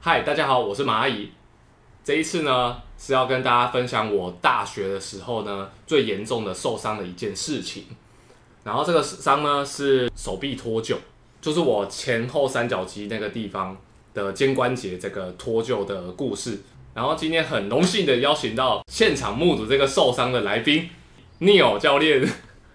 嗨，大家好，我是马阿姨。这一次呢，是要跟大家分享我大学的时候呢最严重的受伤的一件事情。然后这个伤呢是手臂脱臼，就是我前后三角肌那个地方的肩关节这个脱臼的故事。然后今天很荣幸的邀请到现场目睹这个受伤的来宾 Neil 教练。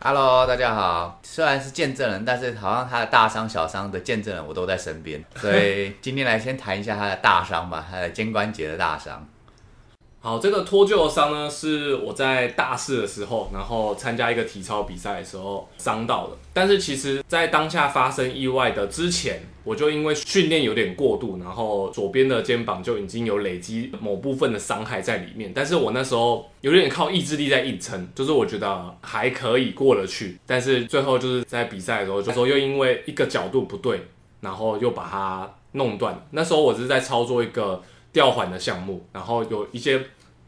Hello，大家好。虽然是见证人，但是好像他的大伤小伤的见证人我都在 身边，所以今天来先谈一下他的大伤吧，他的肩关节的大伤。好，这个脱臼的伤呢，是我在大四的时候，然后参加一个体操比赛的时候伤到的。但是其实，在当下发生意外的之前，我就因为训练有点过度，然后左边的肩膀就已经有累积某部分的伤害在里面。但是我那时候有点靠意志力在硬撑，就是我觉得还可以过得去。但是最后就是在比赛的时候，就说又因为一个角度不对，然后又把它弄断。那时候我只是在操作一个吊环的项目，然后有一些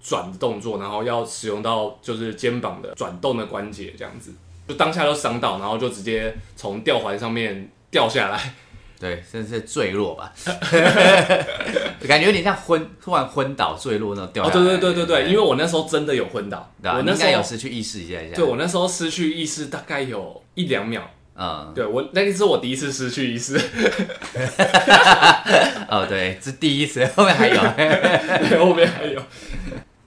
转的动作，然后要使用到就是肩膀的转动的关节这样子，就当下就伤到，然后就直接从吊环上面掉下来。对，甚至是坠落吧， 感觉有点像昏，突然昏倒坠落那种掉哦，下对来。对对对对，因为我那时候真的有昏倒，对吧我你那应该时有候失去意识一下一下。对我那时候失去意识大概有一两秒，嗯，对我那个是我第一次失去意 识，哦，对，这第一次，后 面还有。对，后面还有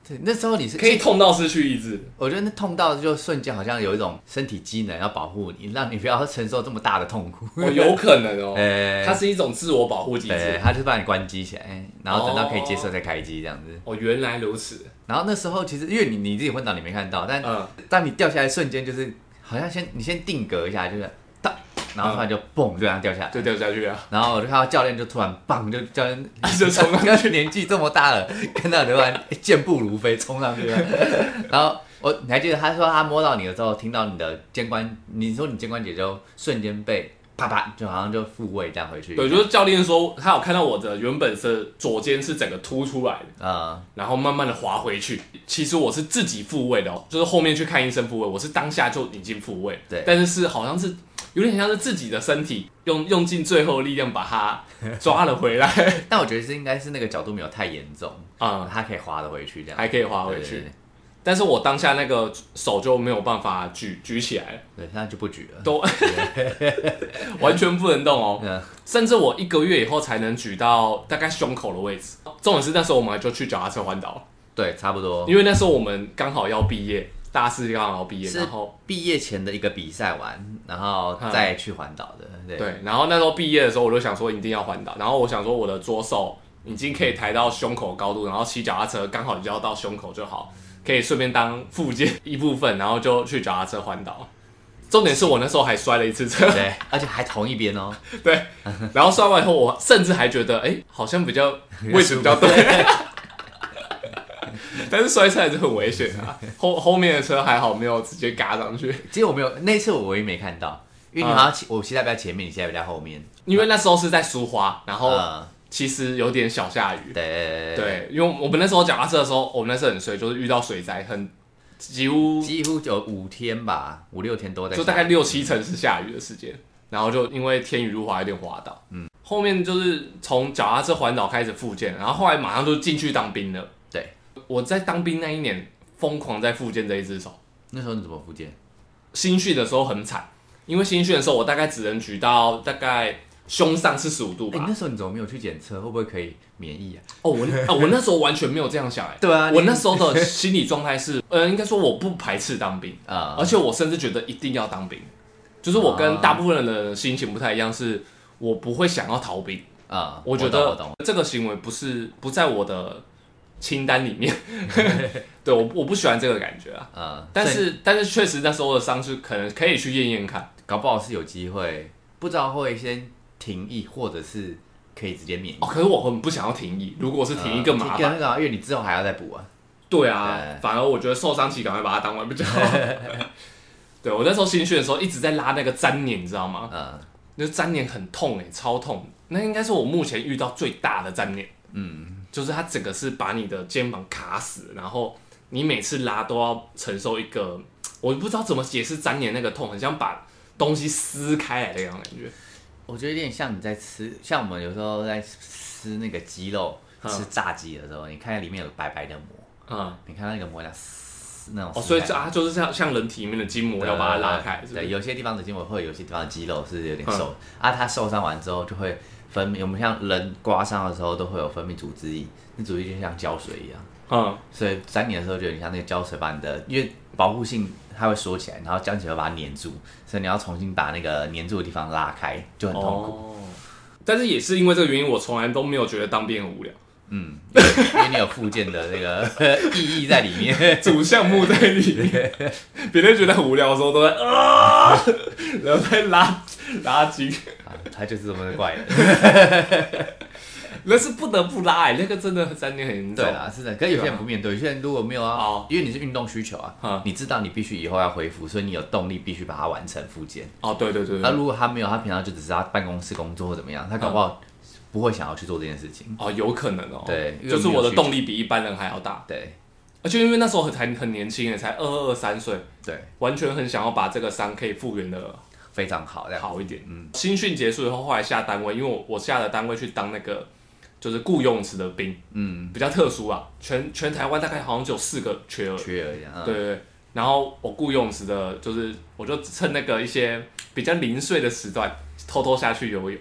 对，那时候你是可以，痛到失去意志，我觉得那痛到就瞬间好像有一种身体机能要保护你，让你不要承受这么大的痛苦。哦，有可能哦， 呃它是一种自我保护机对，制。他就是把你关机起来，哎然后等到可以接受再开机这样子。哦，原来如此，然后那时候其实因为你你自己昏倒你没看到，但嗯，当你掉下来瞬间就是好像先你先定格一下，就是当，然后突然就嗯嘣就这样掉下来。就掉下去啊，然后我就看到教练就突然棒就教 练就冲上去，年纪这么大了，看到你突然健步如飞冲上去了。然后我你还记得他说他摸到你的时候，听到你的肩关，你说你肩关节就瞬间被啪啪就好像就复位这样回去。对，就是教练说他有看到我的原本是左肩是整个凸出来的，嗯。然后慢慢的滑回去。其实我是自己复位的哦，就是后面去看医生复位，我是当下就已经复位，对但是是好像是有点像是自己的身体用用尽最后力量把它抓了回来 但我觉得是应该是那个角度没有太严重，哦啊、它可以滑得回去这样。还可以滑回去。但是我当下那个手就没有办法举举起来了，对，对，那就不举了。都完全不能动哦。嗯，甚至我一个月以后才能举到大概胸口的位置。重点是那时候我们就去脚踏车环岛，对，差不多。因为那时候我们刚好要毕业，大四刚好要毕业，是然后毕业前的一个比赛完，然后再去环岛的。对，嗯对，然后那时候毕业的时候我就想说一定要环岛，然后我想说我的左手已经可以抬到胸口高度，然后骑脚踏车刚好就要到胸口就好，可以顺便当附件一部分，然后就去脚踏车环岛。重点是我那时候还摔了一次车，对而且还同一 边哦。对，然后摔完以后，我甚至还觉得，哎、好像比较位置比较 对，但是摔车还是很危险 啊。后后面的车还好没有直接嘎上去，其实我没有那一次，我唯一没看到，因为你好啊像骑、我骑在比较前面，你骑在比较后面。因为那时候是在苏花，然后嗯，其实有点小下雨。对对，哦对，因为我们那时候脚踏车的时候，我们那时候很衰，就是遇到水灾，很几乎几乎有五天吧，五六天都在下。就大概六七成是下雨的时间，然后就因为天雨路滑有点滑倒，嗯，后面就是从脚踏车环岛开始复健，然后后来马上就进去当兵了。对，我在当兵那一年疯狂在复健这一只手，那时候你怎么复健？新训的时候很惨，因为新训的时候我大概只能举到大概胸上四十五度哎、吧。那时候你怎么没有去检测？会不会可以免疫啊？哦，我那、啊、我那时候完全没有这样想哎、 对啊我那时候的心理状态是，呃，应该说我不排斥当兵，啊、而且我甚至觉得一定要当兵，就是我跟啊大部分人的心情不太一样，是我不会想要逃兵，啊、我觉懂我得懂，这个行为不是不在我的清单里 面，对我我不喜欢这个感觉啊。嗯，但所以是但是确实那时候的伤是可能可以去验验看搞不好是有机会，不知道会先停役，或者是可以直接免疫哦，。可是我很不想要停役，如果是停役更麻呃停烦。更更麻烦因为你之后还要再补啊。对啊，对反而我觉得受伤期赶快把它当完比较 好。对我那时候新训的时候一直在拉那个粘黏，你知道吗？嗯，那粘黏很痛哎、超痛，那应该是我目前遇到最大的粘黏。嗯，就是它整个是把你的肩膀卡死，然后你每次拉都要承受一个，我不知道怎么解释粘黏那个痛，很像把东西撕开来的那种感觉。我觉得有点像你在吃，像我们有时候在撕吃那个鸡肉，嗯吃炸鸡的时候，你看里面有白白的膜，嗯，你看到那个膜像撕那种哦，啊撕所以开这它就是像像人体里面的筋膜要把它拉开，是不对，是？有些地方的筋膜会，有些地方的肌肉是有点嗯瘦、啊。它受伤完之后就会分泌，我们像人刮伤的时候都会有分泌组织液，那组织液就像胶水一样，嗯，所以粘你的时候就有点像那个胶水把你的，因为保护性它会缩起来，然后胶水会把它粘住，所以你要重新把那个粘住的地方拉开，就很痛苦。哦，但是也是因为这个原因，我从来都没有觉得当兵很无聊，嗯，因为因为你有附件的那个呃意义在里 面。主项目在里面， 别人觉得很无聊的时候都在啊， 然后在拉拉筋，啊他就是这么怪人。那是不得不拉哎、那个真的三年很严重。对啦，是的，可是有些人不面对，有些人如果没有啊啊哦，因为你是运动需求啊嗯，你知道你必须以后要恢复，所以你有动力必须把它完成复健。哦，对对对那对，如果他没有，他平常就只是他办公室工作或怎么样，他搞不好不会想要去做这件事情。哦，有可能哦，对就是我的动力比一般人还要大，对而且因为那时候很才很年轻欸耶，才二二三岁，对，完全很想要把这个伤可以复原的非常好，这样好一点。嗯，新训结束以后，后来下单位，因为我我下的单位去当那个就是雇游泳池的兵，嗯，比较特殊啊，全全台湾大概好像只有四个缺额，缺而已啊。对对对。然后我雇游泳池的，就是我就趁那个一些比较零碎的时段，偷偷下去游泳，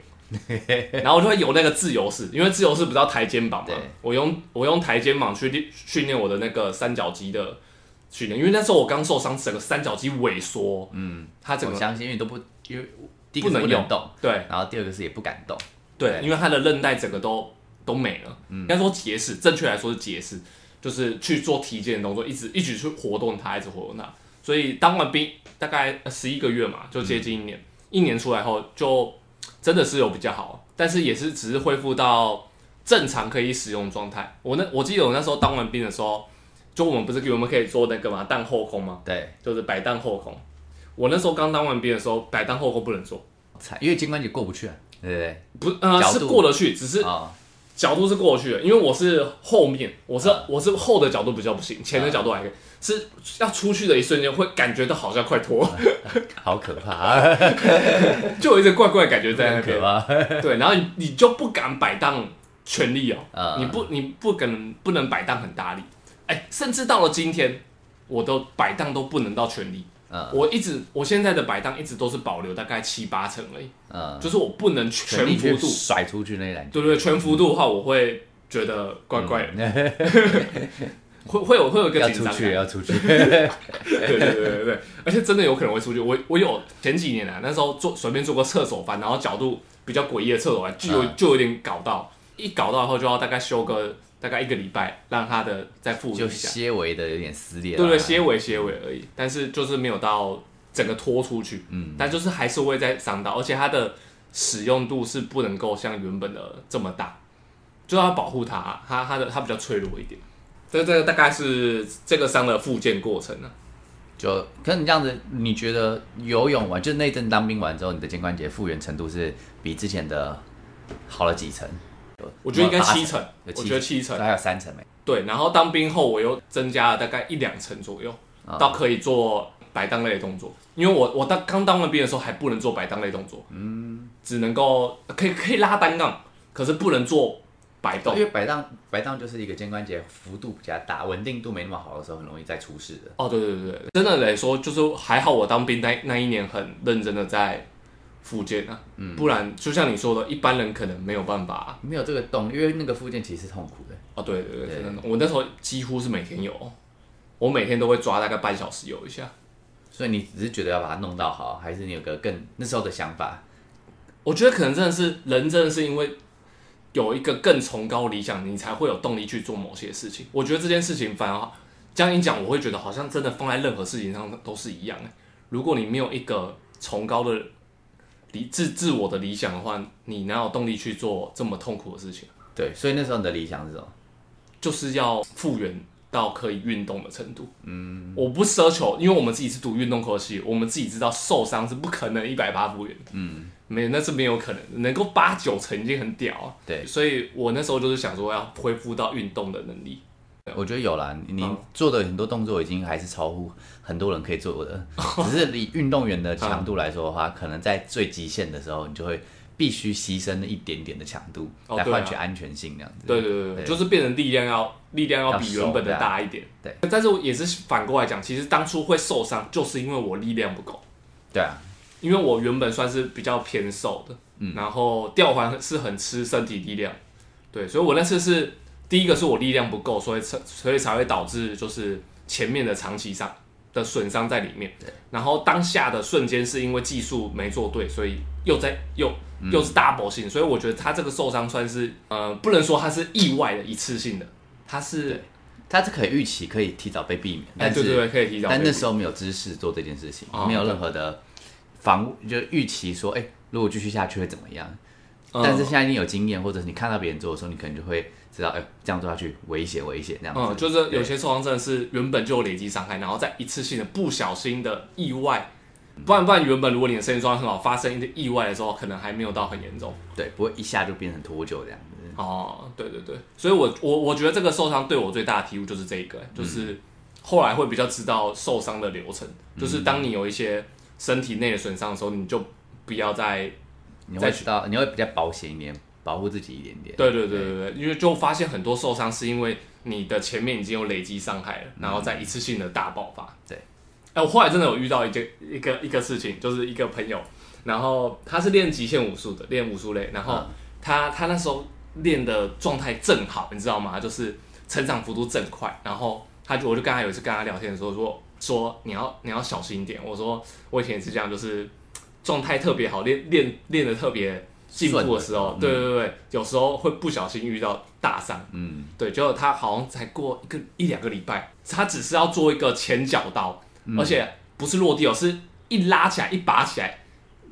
然后我就会游那个自由式，因为自由式不是要抬肩膀嘛对，我用我用抬肩膀去练训练我的那个三角肌的训练，因为那时候我刚受伤，整个三角肌萎缩，嗯，它整我个相信，因为你都不，因为第一个不是能不用能动，对然后第二个是也不敢动。对对，嗯因为它的韧带整个都都没了，应该说结实，正确来说是结实，就是去做体检的动作，一直一直去活动它，一直活动它。所以当完兵大概呃十一个月嘛，就接近一嗯年，一年出来后就真的是有比较好，但是也是只是恢复到正常可以使用状态。我那我记得我那时候当完兵的时候，就我们不是我们可以做那个嘛弹后空吗？对，就是摆弹后空。我那时候刚当完兵的时候，摆弹后空不能做，惨因为肩关节过不去啊，对不对？不呃角是度过得去，只是啊，角度是过去的，因为我是后面，我是、啊我是后的角度比较不行，前的角度还可以，是要出去的一瞬间会感觉到好像快脱， 好可怕啊，就有一种怪怪的感觉在那很可边。怕。对，然后你你就不敢摆荡全力哦，啊你不你不敢不能摆荡很大力，哎、甚至到了今天，我都摆荡都不能到全力，嗯我一直我现在的摆荡一直都是保留大概七八成而已，嗯，就是我不能全全力幅去度，甩出去那感觉。对对，对全幅度的话我会觉得怪怪的。嗯 会会有会有一个 要紧出张去，啊感，要出去。对对对对对，而且真的有可能会出去。我我有前几年啊，那时候做随便做过厕所翻，然后角度比较诡异的厕所翻，就有、嗯就有点搞到，一搞到后就要大概休个大概一个礼拜，让他的再复原就一下，些微的有点撕裂对啦。对，些尾些尾而已，但是就是没有到整个拖出去，嗯，但就是还是会再伤到，而且它的使用度是不能够像原本的这么大，就要保护它，它它的它比较脆弱一点。这这个大概是这个伤的复健过程啊。就可是你这样子，你觉得游泳完，就是那一阵当兵完之后，你的肩关节复原程度是比之前的好了几成？我觉得应该有没有八七成，有我觉得七成。还有三成没？对，然后当兵后我又增加了大概一两成左右，啊到可以做摆荡类的动作。因为我我当刚当完兵的时候还不能做摆荡类动作，嗯，只能够可以可以拉单杠，可是不能做摆动因。为摆荡摆荡就是一个肩关节幅度比较大，稳定度没那么好的时候，很容易再出事的。哦，对对对对，真的来说就是还好我当兵那那一年很认真的在复健啊，嗯不然就像你说的，一般人可能没有办法、啊。没有这个动，因为那个附件其实是痛苦的。哦，对对对，对真的，我那时候几乎是每天有，我每天都会抓大概半小时游一下。所以你只是觉得要把它弄到好，还是你有个更那时候的想法？我觉得可能真的是人，真的是因为有一个更崇高理想，你才会有动力去做某些事情。我觉得这件事情反而这样一讲，我会觉得好像真的放在任何事情上都是一样的。如果你没有一个崇高的理自自我的理想的话，你哪有动力去做这么痛苦的事情？对，所以那时候你的理想是什么？就是要复原到可以运动的程度。嗯，我不奢求，因为我们自己是读运动科系，我们自己知道受伤是不可能一百八复原。嗯，没有，那是没有可能的，能够八九成已经很屌啊。对，所以我那时候就是想说要恢复到运动的能力。我觉得有啦，你你嗯做的很多动作已经还是超乎很多人可以 做的，只是以运动员的强度来说的话，可能在最极限的时候，你就会必须牺牲一点点的强度哦来对啊换取安全性，那样子。对对对对，对就是变成力量要力量要比啊要原本瘦这的样大一点。对，但是我也是反过来讲，其实当初会受伤，就是因为我力量不够，对啊，因为我原本算是比较偏瘦的，嗯然后吊环是很吃身体力量，对，所以我那次是第一个是我力量不够，所以才所以才会导致就是前面的长期伤的损伤在里面，然后当下的瞬间是因为技术没做对，所以又在又嗯又是 double 性，所以我觉得他这个受伤算是呃不能说他是意外的一次性的，他是它是可以预期，可以提早被避免，哎但是对对对可以提早被避免但那时候没有知识做这件事情，哦没有任何的防，就预期说，哎、如果继续下去会怎么样？嗯但是现在已经有经验，或者是你看到别人做的时候，你可能就会知道，哎、这样做下去危险，危险，这样子。嗯，就是有些受伤真的是原本就有累积伤害，然后再一次性的不小心的意外，不然不然原本如果你的身体状况很好，发生一个意外的时候，可能还没有到很严重。对，不会一下就变成脱臼这样子。哦，对对对，所以我我我觉得这个受伤对我最大的体悟就是这一个，嗯就是后来会比较知道受伤的流程，就是嗯当你有一些身体内的损伤的时候，你就不要再你再会去知道，你会比较保险一点，保护自己一点点。对对对对对，因为就发现很多受伤是因为你的前面已经有累积伤害了，然后再一次性的大爆发。对，哎、我后来真的有遇到一件一个一个事情，就是一个朋友，然后他是练极限武术的，练武术类，然嗯后他、他那时候练的状态正好，你知道吗？就是成长幅度正快，然后他就我就跟他有一次跟他聊天的时候说说你要你要小心一点，我说我以前也是这样，就是状态特别好，练练练的特别进步的时候，顺对对对对，有时候会不小心遇到大伤，嗯，对，结果他好像才过一个一两个礼拜，他只是要做一个前脚刀，嗯而且不是落地哦，是一拉起来一拔起来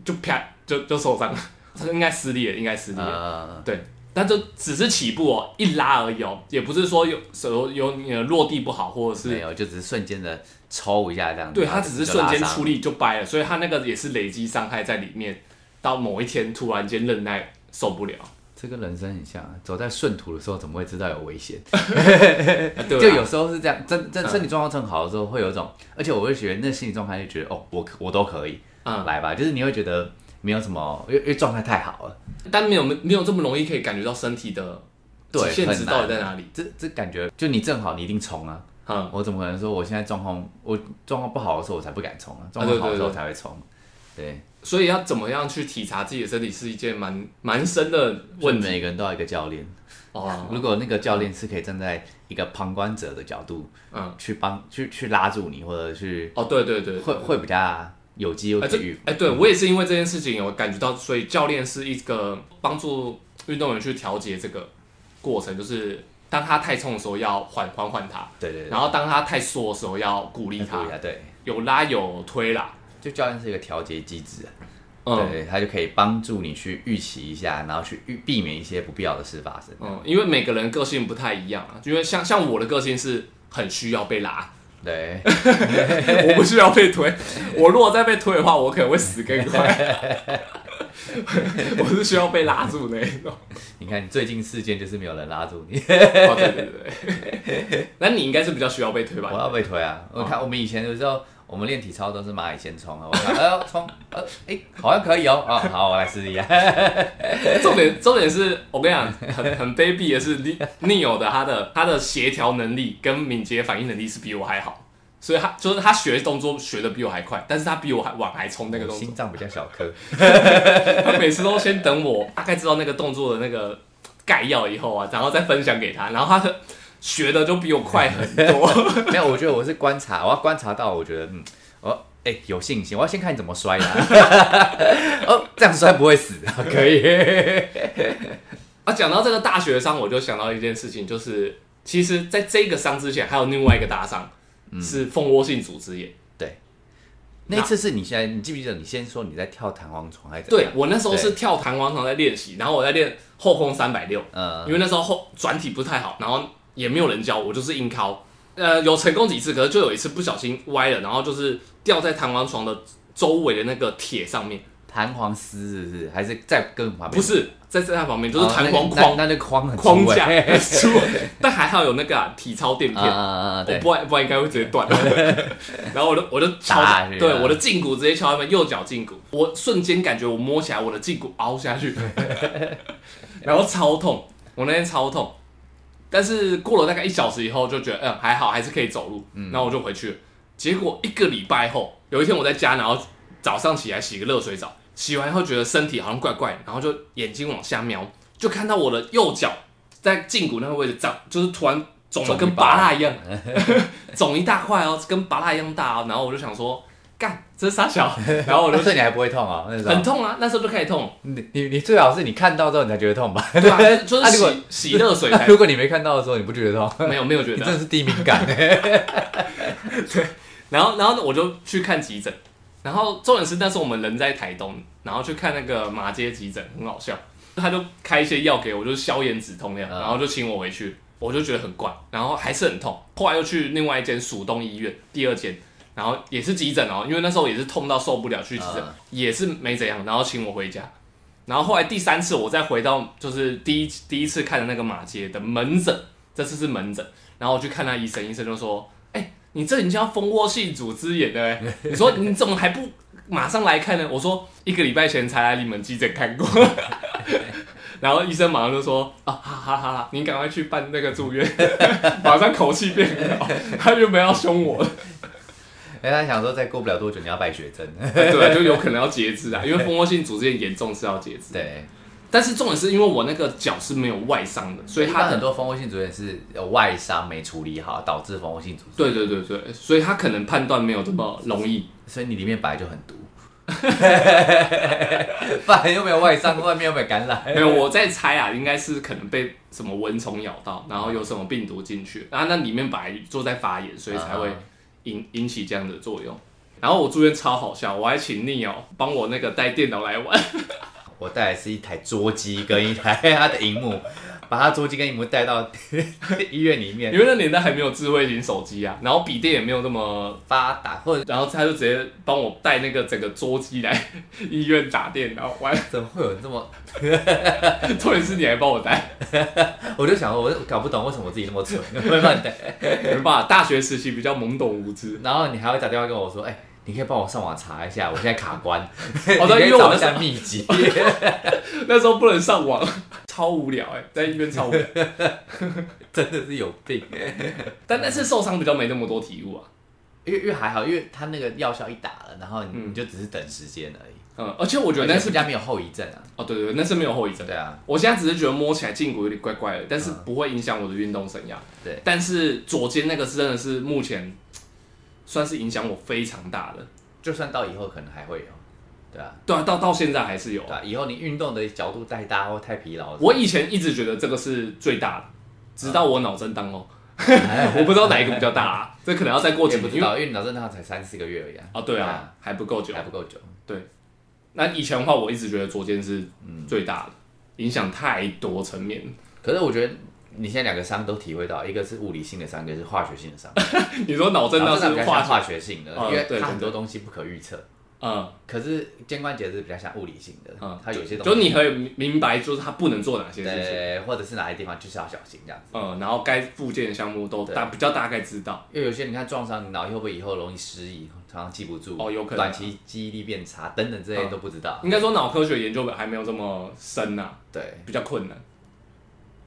就啪就就受伤了， 他应该撕裂了，应该撕裂了。呃，对，但这只是起步哦，一拉而已哦，也不是说有有有你的落地不好，或者没是有，就只是瞬间的抽一下这样子。对然他后只是啊就瞬拉间伤出力就掰了，所以他那个也是累积伤害在里面，到某一天突然间韧带受不了，这跟人生很像啊，走在顺途的时候怎么会知道有危险？啊对哎就啊嗯有时候是这样，真真身体状况正好的时候，会有一种，而且我会觉得那心理状态就觉得，哦，我我都可以，嗯来吧，就是你会觉得没有什么，因为因为状态太好了，但没有没有这么容易可以感觉到身体的极对，限值很难到底在哪里。？这这感觉，就你正好，你一定冲啊！嗯，我怎么可能说我现在状况，我状况不好的时候我才不敢冲啊，状对况好的时候对对才会冲，对，所以要怎么样去体察自己的身体是一件蛮蛮深的问问题每个人都要一个教练。哦。如果那个教练是可以站在一个旁观者的角度，嗯，去帮去去拉住你，或者去哦，对对对，会会比较有机哎会这去预防。哎，对我也是因为这件事情有感觉到，所以教练是一个帮助运动员去调节这个过程，就是当他太冲的时候要缓缓缓他，对对对，然后当他太缩的时候要鼓励鼓他励，他，对，有拉有推啦。就教练是一个调节机制啊，嗯对，他就可以帮助你去预期一下，然后去预避免一些不必要的事发生。嗯，因为每个人个性不太一样啊，因为像像我的个性是很需要被 拉，对，我不需要被推，我如果再被推的话，我可能会死更快。 我是需要被拉住那一种。你看最近事件就是没有人拉住 你，哦，对对对对，那你应该是比较需要被推吧？我要被推啊！我看我们以前的时候，我们练体操都是蚂蚁先冲啊，我看，哎呦冲，呃，哎，好像可以哦，哦，好，我来试一下。重点重点是我跟你讲，很很卑鄙的是，Ni- Neo 的他的他的协调能力跟敏捷反应能力是比我还好，所以他就是他学动作学的比我还快，但是他比我还晚还冲那个动作心，脏比较小颗， 他每次都先等我大概知道那个动作的那个概要以后啊，然后再分享给他，然后他的学的就比我快很多。没有，我觉得我是观察，我要观察到，我觉得，嗯，我哎有信心，我要先看你怎么摔 的啊。哦，这样摔不会死啊，可以。啊，讲到这个大学伤，我就想到一件事情，就是其实在这个伤之前，还有另外一个大伤、是蜂窝性组织炎。那一次是你现在，你记不记得你先说你在跳弹簧床还是怎么对样？我那时候是跳弹簧床在练习，然后我在练后空三百六，呃，因为那时候后转体不太好，然后也没有人教我，就是硬靠。呃，有成功几次，可是就有一次不小心歪了，然后就是掉在弹簧床的周围的那个铁上面，弹簧丝是不是？还是在更旁不边？是在在它旁边，就哦，是弹簧那个框那那那个框很框粗欸架嘿 嘿很粗，但还好有那个啊体操垫啊片，啊啊啊！我对，不然不然应该会直接 断。 然后我就我就敲打下去，对啊我的胫骨直接敲他们右脚胫骨，我瞬间感觉我摸起来我的胫骨凹下 去， 然后超痛，我那天超痛。但是过了大概一小时以后，就觉得嗯还好，还是可以走路。嗯然后我就回去了。结果一个礼拜后，有一天我在家，然后早上起来洗个热水澡，洗完以后觉得身体好像怪怪，然后就眼睛往下瞄，就看到我的右脚在胫骨那个位置长，就是突然肿的肿一跟包拔蜡一样， 肿一大块哦，跟拔蜡一样大哦。然后我就想说，干，这是傻 小。然后我就那时候你还不会痛哦，那时候很痛啊，那时候就开始痛，你你你最好是你看到之后你才觉得痛吧？对吧、就 啊是如果洗洗热 水才如果你没看到的时候你不觉得痛，没有没有觉你得真，的是低敏感 欸。然后，然后我就去看急诊，然后重点是那时候我们人在台东，然后去看那个马街急诊，很好笑，他就开一些药给我，就是消炎止痛那样，嗯然后就请我回去，我就觉得很怪，然后还是很痛，后来又去另外一间蜀东医院第二间，然后也是急诊哦，因为那时候也是痛到受不了去急诊，嗯也是没怎样，然后请我回家。然后后来第三次，我再回到就是第一第一次看的那个马街的门诊，这次是门诊，然后我去看那医生，医生就说：“哎、你这已经叫蜂窝性组织炎了、欸，你说你怎么还不马上来看呢？”我说：“一个礼拜前才来你们急诊看过。”然后医生马上就说：“啊，哈哈哈哈，你赶快去办那个住院。” 马上口气变很好，他就没有要凶我了。哎，他想说再过不了多久你要败血症，对，就有可能要截肢啊，因为蜂窝性组织炎严重是要截肢。 对，但是重点是因为我那个脚是没有外伤的，所以一他般很很多多蜂窝性组织炎是有外伤没处理好导致蜂窝性组织，对对对对，所以他可能判断没有这么容易。所以你里面本来就很毒， 不然又没有外伤，外面又没有感染。没有，我在猜啊，应该是可能被什么蚊虫咬到，然后有什么病毒进去，然后那里面本来就在发炎，所以才会啊引引起这样的作用。然后我住院超好笑，我还请 n e 帮我那个带电脑来玩， 我带来是一台桌机跟一台它的荧幕，把它桌机跟荧幕带到 医院里面因为那年代还没有智慧型手机啊，然后笔电也没有那么，发达，或者然后他就直接帮我带那个整个桌机来 医院打电脑玩，怎么会有人这么？重点是你还帮我带。我就想说，我我搞不懂为什么我自己那么蠢，会乱带。没办法，大学时期比较懵懂无知。然后你还会打电话跟我说，哎、你可以帮我上网查一下，我现在卡关， 哦对你可因以为我找那一时候下秘 籍。那时候不能上网，超无聊哎、在医院超无聊。真的是有病，但那次受伤比较没那么多体悟啊，因为因为还好，因为他那个药效一打了，然后你嗯你就只是等时间而已。嗯，而且我觉得那但是次人家没有后遗症啊。哦，对对对，那次没有后遗症。对啊，我现在只是觉得摸起来胫骨有点怪怪的，但是不会影响我的运动生涯。嗯对但是左肩那个是真的是目前算是影响我非常大的。就算到以后可能还会有。对啊，对啊，到到现在还是有对。啊，以后你运动的角度太大或太疲劳，我以前一直觉得这个是最大的，直嗯到我脑震荡哦， 我不知道哪一个比较大、啊，这可能要再过几哎也不年。知因为道，因为脑震荡才三四个月而已啊。哦，对对啊啊，还不够久还。不够久。那以前的话，我一直觉得左肩是嗯最大的，影响太多层面了。 可是我觉得你现在两个伤都体会到，一个是物理性的伤，一个是化学性的伤。你说脑震荡哦是比较化像学，化学性的，嗯因为对它对很多东西不可预测。嗯可是肩关节是比较像物理性的嗯，，它有些就东就西你可以明白，就是他不能做哪些事情，对，或者是哪些地方就是要小心这样子。嗯，然后该附件的项目都对大比较大概知道。因为有些你看撞伤，你脑会不会以后容易失忆，常常记不住，哦有可能啊短期记忆力变差等等这些嗯都不知道。应该说脑科学研究还没有这么深呐、对，比较困难。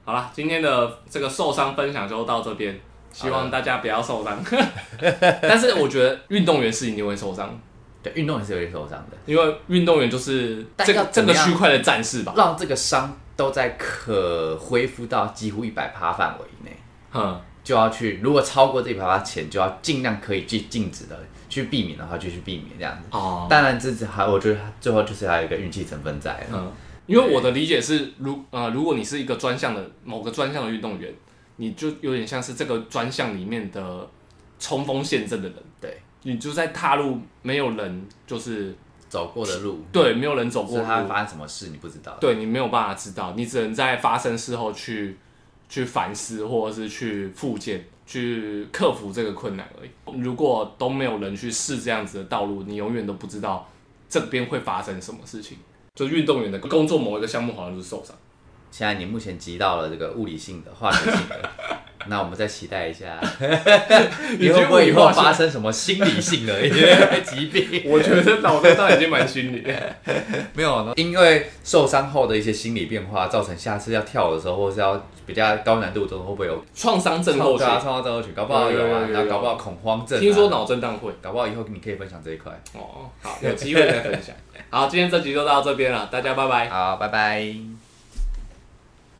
好啦，今天的这个受伤分享就到这边，希好望大家不要受伤。 但是我觉得运动员是一定会受伤，对，运动也是有点受伤的，因为运动员就是但这个要这怎么个样区块的战士吧。让这个伤都在可恢复到几乎一百趴范围内。嗯，就要去，如果超过这一百趴前，就要尽量可以去禁止的去避免的话，就去避免这样子。哦，当然，这只还我觉得最后就是还有一个运气成分在了。嗯，因为我的理解是，如呃，如果你是一个专项的某个专项的运动员，你就有点像是这个专项里面的冲锋陷阵的人，对，你就在踏入没有人就是走过的路，对没有人走过嗯是的它路，发生什么事你不知道。对你没有办法知道，你只能在发生事后去去反思，或者是去复健，去克服这个困难而已。如果都没有人去试这样子的道路，你永远都不知道这边会发生什么事情。就运动员的工作某一个项目好像就是受伤，现在你目前集到了这个物理性的、化学性 的，那我们再期待一下，你会不会以后发生什么心理性的一些疾病？我觉得脑袋上已经蛮心理的。没有呢，因为受伤后的一些心理变化，造成下次要跳的时候，或是要比较高难度的时候，会不会有创伤症候群对，啊，创伤症候群，搞不好有有有啊有，有然后搞不好恐慌症啊，听说脑震荡会搞不好以后你可以分享这一块。 哦，好，有机会再分享。好，今天这集就到这边了，大家拜拜。好，拜拜。